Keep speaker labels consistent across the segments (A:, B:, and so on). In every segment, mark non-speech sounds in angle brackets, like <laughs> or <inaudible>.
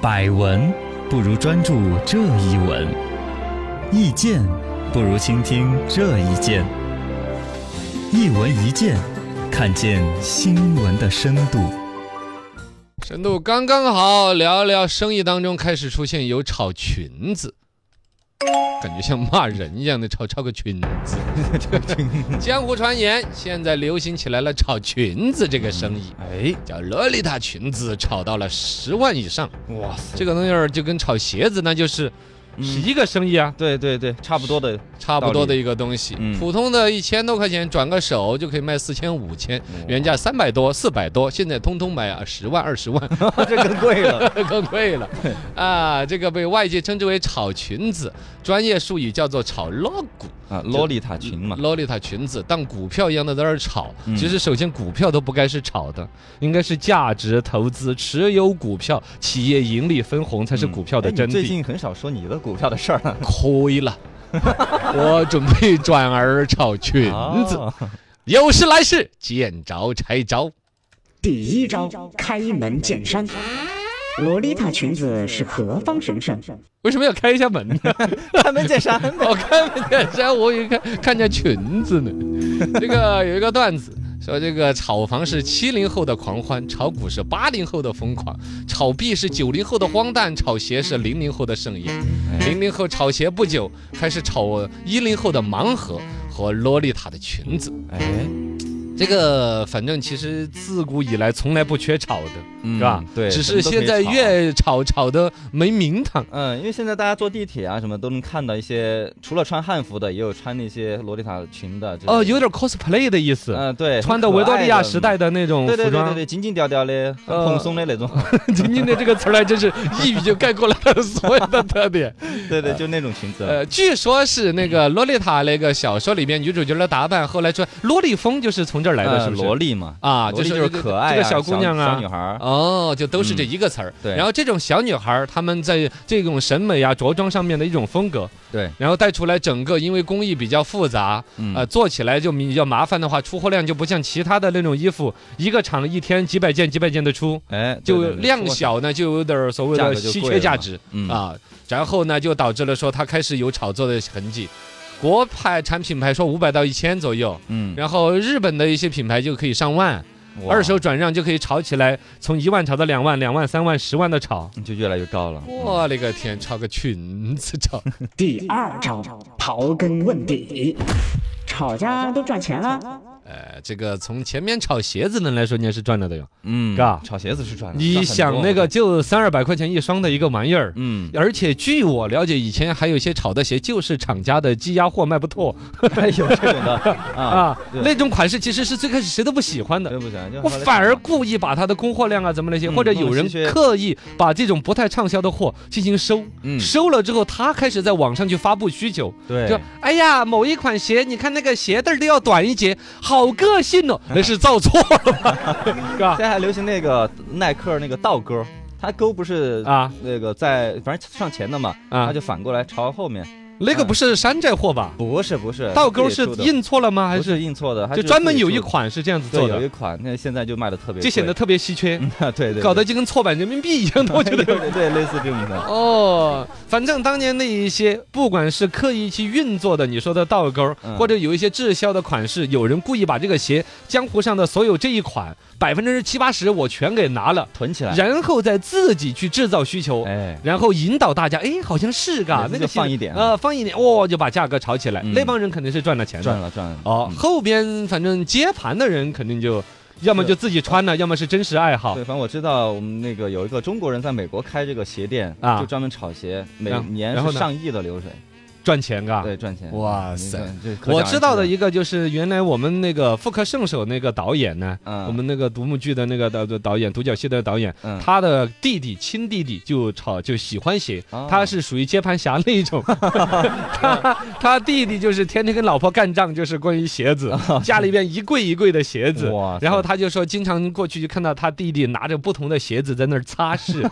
A: 百闻不如专注这一闻，意见不如倾听这一见。一闻一见，看见新闻的深度。
B: 深度刚刚好，聊聊生意当中开始出现有炒裙子，感觉像骂人一样的炒炒个裙
C: <laughs>
B: 子。江湖传言，现在流行起来了炒裙子这个生意，
C: 哎，
B: 叫洛丽塔裙子，炒到了十万以上。
C: 哇塞，嗯
B: 这个东西儿就跟炒鞋子那就是是一个生意啊，
C: 对对对，差不多的， <laughs>
B: 差不多的一个东西。
C: 嗯
B: 普通的一千多块钱转个手就可以卖四千五千，原价三百多四百多，现在通通买啊十万二十万。
C: 这更贵了。
B: <laughs> 更贵了啊！这个被外界称之为“炒裙子”，专业术语叫做“炒捞股
C: 啊，洛丽塔裙”，嘛，
B: 洛丽塔裙子当股票一样的在那儿炒。
C: 嗯
B: 其实，首先股票都不该是炒的，应该是价值投资，持有股票，企业盈利分红才是股票的
C: 哎你
B: 真
C: 最
B: 谛。
C: 近很少说你的股票的事儿啊了。
B: 亏了， <laughs> 我准备转而炒裙子，
C: <laughs> <laughs> 哦
B: 有事来事，见招拆招。
D: 第一招开门见山，洛丽塔裙子是何方神圣？
B: 为什么要开一下门呢？
C: 开门见
B: <laughs>
C: 山呗。
B: 我看不见山，我以为看看见裙子
C: <laughs>
B: 呢。这个有一个段子说，这个炒房是七零后的狂欢，炒股是八零后的疯狂，炒币是九零后的荒诞，炒鞋是零零后的盛宴。
C: 哎
B: 零零后炒鞋不久，开始炒一零后的盲盒和洛丽塔的裙子。
C: 哎，
B: 这个反正其实自古以来从来不缺炒的，
C: 嗯
B: 是吧？
C: 对，
B: 只
C: 什么
B: 是
C: 都可以
B: 现在
C: 炒。啊
B: 越炒啊炒的没名堂。
C: 嗯，因为现在大家坐地铁啊，什么都能看到一些，除了穿汉服的，也有穿那些洛丽塔裙的。
B: 哦，有
C: 点，
B: 点 cosplay 的意思。
C: 嗯，对，
B: <laughs> 穿的
C: 很可
B: 维多利亚
C: 爱
B: 时代
C: 的
B: 的那种
C: 嘛，对对
B: 服
C: 对对
B: 装，
C: 对，紧紧吊吊的，很
B: 呃
C: 蓬松的那种，
B: <laughs> 今天的这个词儿呢，真是一语就概括了它的所有的特点。
C: 对 <laughs> 对，就那种裙子。嗯
B: 呃，据说是那个《洛丽塔》那个小说里面女主角的搭扮，后来说洛丽风就是从这儿来的，
C: 呃
B: 是不是？
C: 萝莉嘛，
B: 啊，
C: 萝
B: 就
C: 莉
B: 是
C: 就是
B: 这个
C: 可爱
B: 这个
C: 啊
B: 小姑娘啊，
C: 小女孩儿。
B: 哦，就都是这一个词儿、
C: 对
B: 然后这种小女孩儿，她们在这种审美啊、着装上面的一种风格，
C: 对，
B: 然后带出来整个，因为工艺比较复杂，
C: 嗯
B: 呃，做起来就比较麻烦的话，出货量就不像其他的那种衣服，一个厂一天几百件、几百件的出，
C: 哎，对
B: 就
C: 对对
B: 量
C: 说
B: 小呢，就有点儿所谓
C: 价
B: 的
C: 格就
B: 稀
C: 贵
B: 缺
C: 了
B: 价
C: 嘛
B: 值
C: 嗯
B: 啊，然后呢，就导致了说它开始有炒作的痕迹。国牌产品牌说五百到一千左右，
C: 嗯，
B: 然后日本的一些品牌就可以上万，
C: 哇
B: 二手转让就可以炒起来，从一万炒到两万、两万、三万、十万的炒。
C: 就越来越高了。嗯
B: 我勒个天，炒个裙子炒！
D: 第二招刨根问底，吵架都赚钱了，
B: 呃，这个从前面炒鞋子的来说，你还是赚了的哟。
C: 嗯，
B: 嘎
C: 炒鞋子是赚的。赚
B: 你
C: 很
B: 想
C: 多
B: 那个，就三二百块钱一双的一个玩意儿， <laughs>
C: 嗯，
B: 而且据我了解，以前还有一些炒的鞋就是厂家的积压货卖
C: 嗯
B: 不脱
C: 还有这种的
B: <laughs>
C: 啊，
B: 啊，
C: 对
B: 那种款式其实是最开始谁都不喜欢的。
C: 真不行，就
B: 我
C: 后来
B: 反而
C: 看
B: 故意把它的供货量啊，怎么那些，
C: 嗯
B: 或者有人
C: 弄得稀缺
B: 刻意把这种不太畅销的货进行收，
C: 嗯
B: 收了之后，他开始在网上去发布需求，就
C: 对，
B: 哎呀，某一款鞋，你看那个鞋带儿都要短一截，好个性
C: <laughs>
B: 哦，那是造错了吧？是吧
C: 现？在还流行那个耐克那个倒钩，它钩不是
B: 啊
C: 那个在反正上前的嘛，它
B: 啊，
C: 就反过来朝后面。
B: 那个不是山寨货吧？
C: 不是不是，
B: 倒钩是
C: 自己出的
B: 印错了吗？还
C: 不
B: 是
C: 是印错的，它
B: 就是专
C: 自
B: 门
C: 己
B: 有一
C: 出的
B: 款是这样子
C: 对
B: 做
C: 有
B: 的
C: 一，款，那现在就卖的特别贵，
B: 就显得特别稀缺，
C: 啊 <laughs> 对对，
B: 搞得
C: 对
B: 就跟错版人民币一样的，我觉得。
C: <laughs> 对对类似这种
B: <laughs>
C: 的，
B: 哦，反正当年那一些，不管是刻意去运作的，你说的倒钩，
C: 嗯
B: 或者有一些滞销的款式，有人故意把这个鞋江湖上的所有这一款百分之七八十我全给拿了，
C: 囤起来，
B: 然后再自己去制造需求。
C: 哎，
B: 然后引导大家，哎，好像是
C: 每
B: 嘎，
C: 次
B: 那
C: 就
B: 个
C: 放
B: 鞋
C: 一点
B: 呃，放一点，哇，就把价格炒起来。
C: 嗯
B: 那帮人肯定是赚了钱的，
C: 赚了赚了
B: 哦，
C: 嗯
B: 后边反正接盘的人肯定就，要么就自己穿了，要么是真实爱好
C: 对，。反正我知道我们那个有一个中国人在美国开这个鞋店
B: 啊
C: 就专门炒鞋，每
B: 然后
C: 年
B: 然后
C: 是
B: 呢
C: 上亿的流水，
B: 赚钱啊嘎。
C: 对，赚钱。
B: 哇
C: 你
B: 塞
C: 看，这可
B: 我
C: 想而
B: 知道的
C: 知
B: 一个就是原来我们那个《妇科圣手》那个导演呢，
C: 嗯
B: 我们那个独幕剧的那个导导演，独角戏的导演，
C: 嗯
B: 他的弟弟亲弟弟就炒就喜欢鞋，
C: 哦
B: 他是属于接盘侠那一
C: <laughs>
B: 种，他他弟弟就是天天跟老婆干仗，就是关于鞋子，家里边一柜一柜的鞋子
C: 哦哇，塞
B: 然后他就说经常过去就看到他弟弟拿着不同的鞋子在那儿擦拭，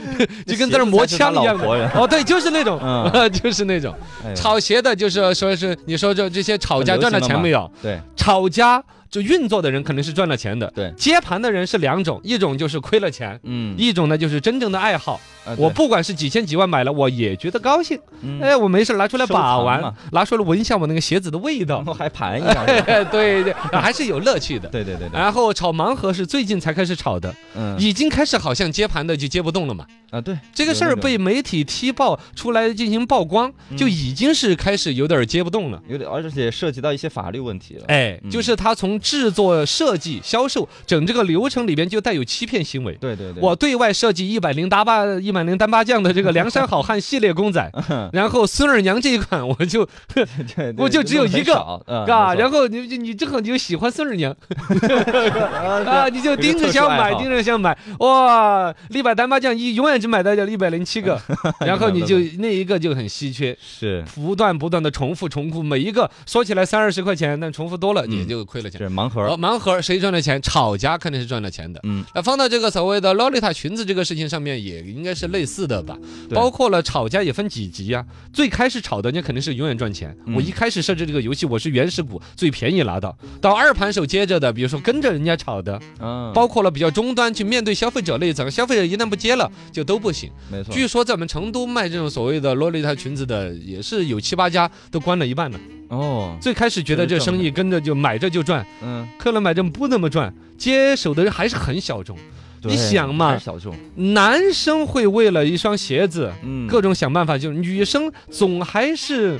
B: <laughs> 就跟在那儿磨枪一样
C: 那鞋子才是他老婆
B: 的
C: 呀，
B: 哦对，就是那种，
C: 嗯
B: <laughs> 就是那种。
C: 哎呦
B: 炒鞋的，就是说是你说这这些炒家
C: 很
B: 赚了
C: 流行的
B: 钱
C: 嘛
B: 没有？
C: 对
B: 炒家就运作的人肯定是赚了钱的，
C: 对
B: 接盘的人是两种，一种就是亏了钱，
C: 嗯
B: 一种呢就是真正的爱好。
C: 啊
B: 我
C: 对
B: 不管是几千几万买了，我也觉得高兴。
C: 嗯
B: 哎，我没事拿出来
C: 收藏
B: 把玩
C: 嘛，
B: 拿出来闻一下我那个鞋子的味道
C: <laughs> 然。后还盘一下，
B: 哎
C: 是吧
B: 对对，啊
C: <laughs>
B: 还是有乐趣的。
C: 对对对对，
B: 然后炒盲盒是最近才开始炒的，
C: 嗯
B: 已经开始好像接盘的就接不动了嘛。
C: 啊对，
B: 这个事
C: 有
B: 儿
C: 那种
B: 被媒体踢爆出来进行曝光，就
C: 嗯
B: 已经是开始有点儿接不动了。
C: 有点，而且涉及到一些法律问题了。
B: 哎，
C: 嗯
B: 就是他从制作、设计、销售整这个流程里边就带有欺骗行为。
C: 对对对，
B: 我对外设计一百零八八一百零单八将的这个梁山好汉系列公
C: <laughs>
B: 仔，
C: 嗯
B: 然后孙二娘这一款我就
C: <laughs> 对对
B: 我就
C: 对
B: 只有
C: 弄得
B: 一
C: 很
B: 个
C: 少嗯
B: 啊，
C: 没错
B: 然后你就你正好你就喜欢孙二
C: <laughs>
B: 娘
C: 啊
B: 啊，
C: 是
B: 你就
C: 个
B: 盯着
C: 特殊
B: 想
C: 爱
B: 买，
C: 好
B: 盯着想买，哇，一百单八将一永远只买到一百零七
C: <laughs>
B: 个，然后你就那一个就很稀缺。
C: 是
B: 不断不断的重复重复，每一个说起来三二十块钱，但重复多了
C: 嗯
B: 也就亏了钱。
C: 是盲盒
B: 哦，
C: 儿，
B: 盲盒谁赚了钱？炒家肯定是赚了钱的。
C: 嗯，
B: 那放到这个所谓的洛丽塔裙子这个事情上面，也应该是类似的吧？
C: 对
B: 包括了炒家也分几级呀、最开始炒的那肯定是永远赚钱。
C: 嗯
B: 我一开始设置这个游戏，我是原始股最便宜拿到。到二盘手接着的，比如说跟着人家炒的，
C: 嗯，
B: 包括了比较终端去面对消费者那一层，消费者一旦不接了，就都不行。
C: 没错，
B: 据说在我们成都卖这种所谓的洛丽塔裙子的，也是有七八家都关了一半了。
C: 哦，
B: 最开始觉得这生意跟着就买着就赚，
C: 嗯，
B: 客人买着不那么赚，接手的人还是很小众。你
C: 对
B: 想嘛
C: 还是小众，
B: 男生会为了一双鞋子，
C: 嗯，
B: 各种想办法，就是女生总还是。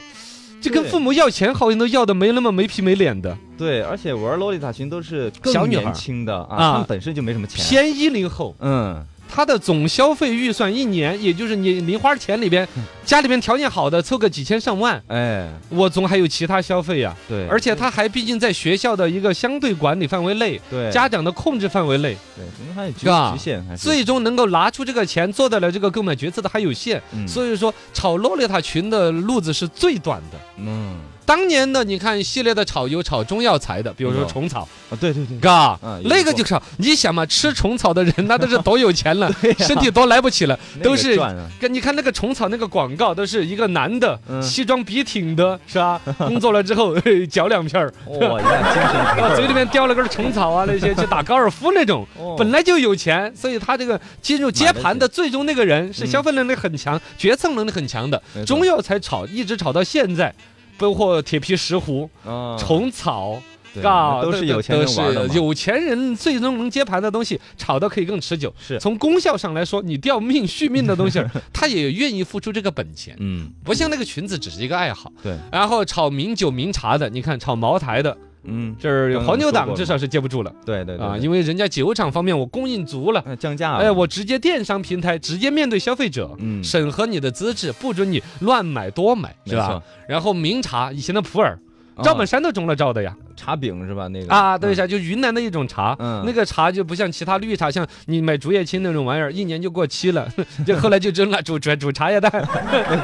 B: 就跟
C: 对
B: 父母要钱，好像都要的没那么没皮没脸的，
C: 对，而且玩洛丽塔群都是更
B: 小女孩
C: 年轻的啊，
B: 啊
C: 他们本身就没什么钱，
B: 偏一零后，
C: 嗯，
B: 他的总消费预算一年，也就是你零花钱里边，
C: 嗯
B: 家里边条件好的凑个几千上万，
C: 哎，
B: 我总还有其他消费呀、
C: 对，
B: 而且他还毕竟在学校的一个相对管理范围内，
C: 对
B: 家长的控制范围内，
C: 对，因为还有局
B: 是吧
C: 局限，还是
B: 最终能够拿出这个钱做到了这个购买决策的还有限，
C: 嗯
B: 所以说炒洛丽塔群的路子是最短的。
C: 嗯
B: 当年的你看系列的炒有炒中药材的，比如说
C: 嗯
B: 虫草，
C: 啊，对对对，
B: 嘎
C: 嗯，有
B: 那个
C: 过
B: 就炒。你想嘛，吃虫草的人那都是多有钱
C: <laughs>
B: 了，身体多来不起了，
C: 那
B: 都
C: 个
B: 是 <laughs>
C: 赚啊，
B: 跟你看那个虫草那个广告，都是一个男的，
C: 嗯
B: 西装笔挺的，是
C: <laughs>
B: 吧？工作了之后嘿嚼两片儿，
C: 哇，你看精神 <laughs>
B: 然后嘴里面叼了根虫草啊，那些去打高尔夫那种。
C: 哦
B: 本来就有钱，所以他这个进入接盘的最终那个人
C: 嗯
B: 是消费能力很强、决策能力很强的
C: 没，错
B: 中药材炒一直炒到现在。包括铁皮石斛、
C: 啊
B: 虫草，
C: 对
B: 嘎，
C: 都是有钱人玩的
B: 啊都
C: 嘛
B: 是，有钱人最终能接盘的东西，炒的可以更持久。
C: 是
B: 从功效上来说，你吊命续命的东
C: <laughs>
B: 西儿，他也愿意付出这个本钱。
C: 嗯，
B: 不像那个裙子只是一个爱好，
C: 对，
B: 然后炒名酒名茶的，你看炒茅台的，
C: 嗯，
B: 这儿
C: 刚刚
B: 黄牛
C: 说
B: 党
C: 过了
B: 至
C: 嘛
B: 少是接不住了
C: 对对对
B: 啊，
C: 对
B: 因为人家酒厂方面我供应足了，
C: 哎降价了，
B: 哎，我直接电商平台直接面对消费者，
C: 嗯
B: 审核你的资质，不准你乱买多买，是
C: 没
B: 吧
C: 错？
B: 然后名茶，以前的普洱，
C: 啊
B: 赵本山都种了赵的呀，
C: 哦茶饼是吧？那个
B: 啊，对一
C: 嗯
B: 下，就云南的一种茶，
C: 嗯
B: 那个茶就不像其他绿茶，像你买竹叶青那种玩意儿，一年就过期了， <laughs> 就后来就扔了，煮煮煮茶叶
C: <laughs>
B: 蛋，
C: <laughs>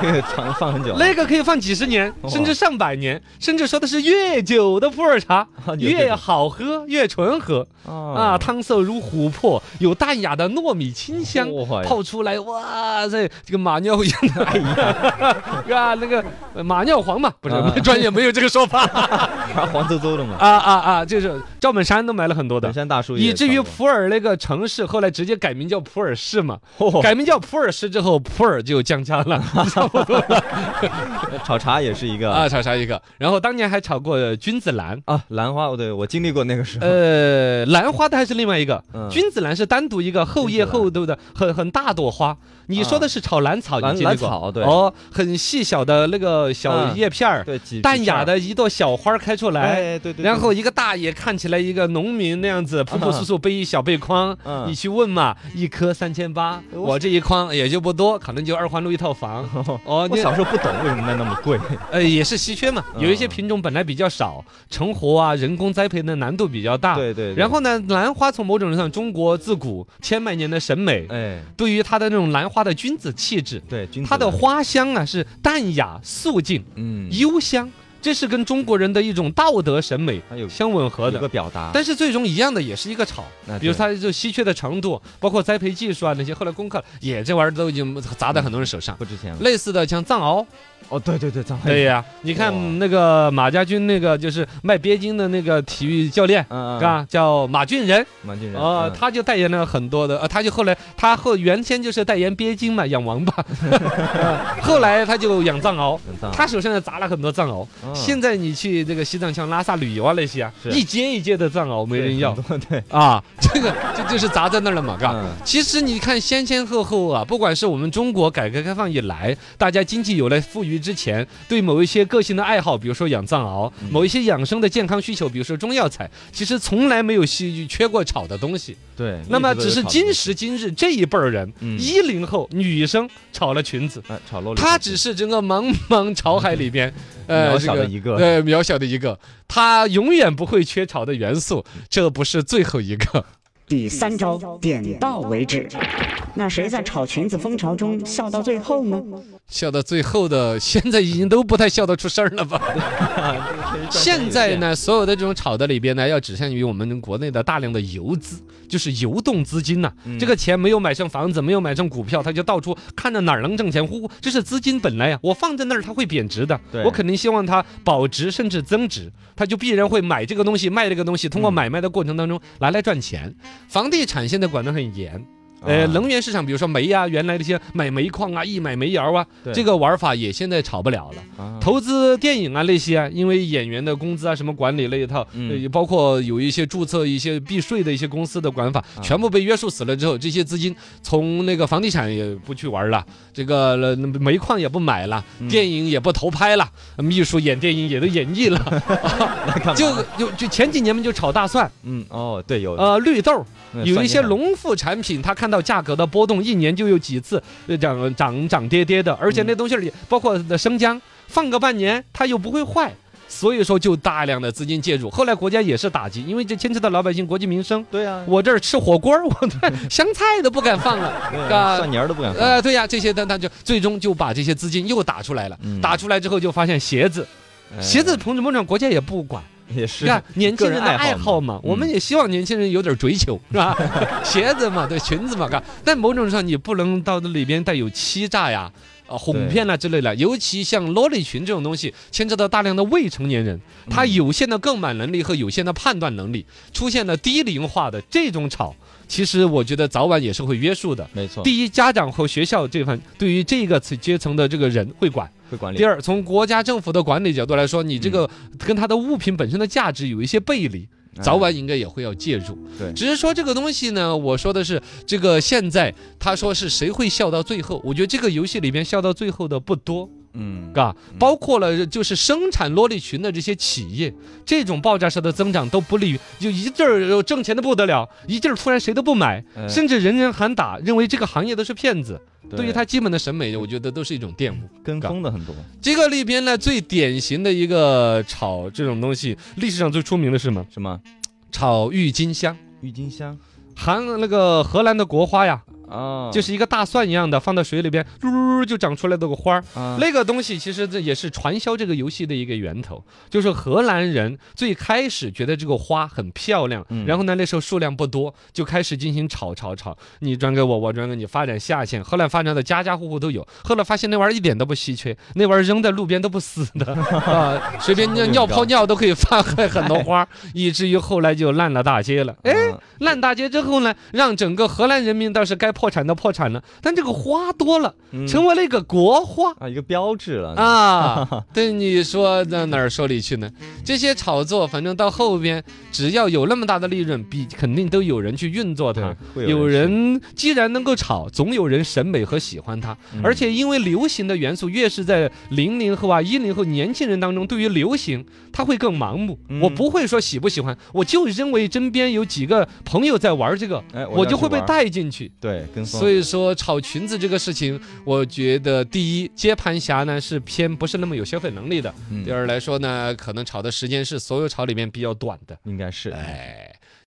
C: 那个藏放很久，
B: 那个可以放几十年，
C: 哇
B: 甚至上百年，甚至说的是越久的普洱
C: <laughs>
B: 茶
C: 啊有这
B: 越
C: 种
B: 好喝，越醇和啊，
C: 啊
B: 汤色如琥珀，有淡雅的糯米清香。
C: 哇哎
B: 泡出来，哇塞，这个马尿一样的，哎
C: <laughs>
B: 呀，啊，那个呃马尿黄嘛，不是、
C: 啊
B: <laughs> 专业没有这个说法
C: 还黄邹邹的嘛，
B: 啊啊啊，就是赵本山都买了很多的
C: 本，山大叔也
B: 以至于
C: 上过
B: 普洱那个城市后来直接改名叫普洱市嘛，
C: 哦
B: 改名叫普洱市之后，普洱就降价
C: <laughs>
B: 了，差不多了
C: 炒茶也是一个
B: 啊，炒啥一个？然后当年还炒过君子
C: <laughs>
B: 兰，
C: 啊，兰花，对我经历过那个时候，
B: 呃，兰花的还是另外一个，
C: 嗯
B: 君子兰是单独一个后叶
C: 君子兰
B: 后头的很很大朵花，你说的是炒兰草，
C: 兰
B: 你经历
C: 兰
B: 过
C: 草对
B: 哦，很细小的那个小
C: 嗯
B: 叶片儿，
C: 对，几
B: 淡雅，
C: 几
B: 的一朵小花开出
C: 片儿
B: 来。
C: 哎，对对，对
B: 然后一个大爷看起来一个农民那样
C: <laughs>
B: 子，朴朴素素背一小背筐，
C: 嗯哎
B: 你去问嘛，一颗三千八，
C: 我
B: 我这一筐也就不多，可能就二环路一套
C: <laughs>
B: 房。哦，
C: 我
B: 你
C: 小时候不懂为什么卖那么
B: <laughs>
C: 贵，
B: 呃也是稀缺嘛，
C: 嗯
B: 有一些品种本来比较少，成活啊、人工栽培的难度比较大。
C: 对对，对
B: 啊然后呢，兰花从某种程度上，中国自古千百年的审美，
C: 哎，
B: 对于它的那种兰花的君子气质，
C: 对，君子
B: 它的
C: 兰
B: 花香啊是淡雅、素净、
C: 嗯
B: 幽香。这是跟中国人的一种道德审美
C: 还有
B: 相吻合
C: 一个
B: 的。
C: 表达，
B: 但是最终一样的也是一个草
C: 那，
B: 比如
C: 啊对
B: 它就稀缺的程度，包括栽培技术啊那些，后来攻克了也这玩意儿都已经砸在很多人手上。
C: 不值钱了。
B: 类似的像藏獒，
C: 哦，对对对，张惠
B: 对
C: 妹，
B: 呀、你
C: 哇
B: 看那个马家军那个就是卖鳖精的那个体育教练。
C: 嗯嗯，
B: 啊，叫马俊仁
C: 满俊人嗯
B: 哦，他就代言了很多的，呃，他就后来他后原先就是代言鳖精嘛， <laughs> 养王八，呃后来他就养藏獒，
C: 嗯
B: 他手上也砸了很多藏獒。现在你去这个西藏像拉萨旅游啊那些啊，
C: 是
B: 一阶一阶的藏獒没人要， <laughs>
C: 对，
B: 啊，这个这就是砸在那儿了嘛，嘎。
C: 嗯
B: 其实你看先先后后啊，不管是我们中国改革开放以来，大家经济有了富裕之前，对某一些个性的爱好，比如说养藏獒，
C: 嗯
B: 某一些养生的健康需求，比如说中药材，其实从来没有西缺过炒的东西。
C: 对，
B: 那么
C: 一直都
B: 只是
C: 炒的
B: 今时今日这一辈儿人，
C: 嗯
B: 一零后女生炒了裙子。
C: 啊炒萝莉，
B: 她只是整个茫
C: <laughs>
B: 茫潮海里边，呃，
C: 渺
B: 这
C: 小的一个
B: 对，渺小的一个，她永远不会缺炒的元素，这不是最后一个。
D: 第三招点到为止。那谁在炒裙子风潮中笑到最后呢？
B: 笑到最后的，现在已经都不太笑得出声儿了吧？
C: <laughs> 啊
B: <laughs> 现在呢，所有的这种炒的里边呢，要指向于我们国内的大量的游资，就是游动资金呐、
C: 嗯
B: 这个钱没有买上房子，没有买上股票，他就到处看着哪儿能挣钱，呼，这是资金本来呀、我放在那儿它会贬值的
C: 对，
B: 我肯定希望它保值甚至增值，它就必然会买这个东西，卖这个东西，通过
C: 嗯
B: 买卖的过程当中拿来赚钱。房地产现在管得很严，呃，
C: 啊
B: 能源市场，比如说煤呀、原来那些买煤矿啊、一买煤窑啊
C: 对，
B: 这个玩法也现在炒不了了。
C: 啊
B: 投资电影啊那些啊，因为演员的工资啊、什么管理那一套，
C: 嗯
B: 呃也包括有一些注册一些避税的一些公司的管法，
C: 啊
B: 全部被约束死了之后，这些资金从那个房地产也不去玩了，这个呃煤矿也不买了，
C: 嗯
B: 电影也不投拍了，秘书演电影也都演绎
C: <laughs>
B: 了，
C: 干
B: <laughs>
C: 嘛
B: 就就就前几年嘛就炒大蒜，
C: 嗯哦对有
B: 呃绿豆。
C: 那
B: 有
C: 算
B: 一些
C: 进来
B: 农副产品，它看到价格的波动，一年就有几次呃涨涨涨跌跌的，
C: 嗯
B: 而且那东西里包括的生姜，放个半年它又不会坏，所以说就大量的资金介入。后来国家也是打击，因为这牵扯到老百姓国计民生。
C: 对啊，
B: 我这儿吃火锅儿，我 <laughs> 这香菜都不敢放了。
C: <laughs> 对
B: 啊
C: 啊蒜泥儿都不敢放，
B: 呃，对呀、这些但他就最终就把这些资金又打出来了。
C: 嗯
B: 打出来之后就发现鞋子，
C: 哎
B: 鞋子从某种程度上国家也不管。
C: 也是
B: 你看年轻
C: 个
B: 人
C: 人
B: 的爱
C: 好
B: 好嘛，
C: 嗯
B: 我们也希望年轻人有点追求，是
C: <laughs>
B: 吧？鞋子嘛，对，裙子嘛，嘎。但某种上你不能到那里边带有欺诈呀。啊，哄骗啊之类的，尤其像萝莉裙这种东西，牵扯到大量的未成年人，
C: 嗯
B: 他有限的购买能力和有限的判断能力，出现了低龄化的这种炒，其实我觉得早晚也是会约束的。
C: 没错，
B: 第一，家长和学校这份对于这个阶层的这个人会管。
C: 会管理
B: 第二，从国家政府的管理角度来说，你这个跟它的物品本身的价值有一些背离。
C: 嗯哎
B: 早晚应该也会要介入，
C: 对
B: 只是说这个东西呢，我说的是这个现在他说是谁会笑到最后，我觉得这个游戏里边笑到最后的不多，
C: 嗯
B: 嘎，包括了就是生产萝莉裙的这些企业，这种爆炸式的增长都不利于，就一阵儿挣钱的不得了，一阵儿突然谁都不买，
C: 哎
B: 甚至人人喊打，认为这个行业都是骗子，对
C: 对
B: 于他基本的审美，我觉得都是一种玷污。
C: 跟风的很多，
B: 这个里边呢，最典型的一个炒这种东西，历史上最出名的是什么？
C: 什么
B: 炒郁金香，
C: 郁金香
B: 韩那个荷兰的国花呀，
C: 啊，
B: 就是一个大蒜一样的，放到水里边，噜噜噜就长出来的个花儿。
C: 啊
B: 那个东西其实这也是传销这个游戏的一个源头，就是荷兰人最开始觉得这个花很漂亮，
C: 嗯
B: 然后呢那时候数量不多，就开始进行炒炒炒，你转给我，我转给你，发展下线。荷兰发展的家家户户都有，后来发现那玩意儿一点都不稀缺，那玩意儿扔在路边都不死
C: <laughs>
B: 的啊，随便尿尿泡尿都可以发很多花儿，
C: 嗯
B: 以至于后来就烂了大街了。哎，
C: 啊
B: 烂大街之后呢，让整个荷兰人民倒是该破产的破产了，但这个花多了，
C: 嗯
B: 成为了一个国花。
C: 啊一个标志了，
B: <laughs> 啊，对你说那哪儿说理去呢？这些炒作，反正到后边，只要有那么大的利润，比肯定都有人去运作它
C: 对。，会
B: 有
C: 吃
B: 人既然能够炒，总有人审美和喜欢它，而且因为流行的元素越是在零零后啊、一零后年轻人当中，对于流行他会更盲目。
C: 嗯
B: 我不会说喜不喜欢，我就认为身边有几个朋友在玩这个，
C: 哎我
B: 我
C: 要
B: 就
C: 去
B: 会被
C: 玩
B: 带进去。
C: 对跟风，
B: 所以说炒裙子这个事情，我觉得第一，接盘侠呢是偏不是那么有消费能力的；
C: 嗯
B: 第二来说呢，可能炒的时间是所有炒里面比较短的。
C: 应该是
B: 哎，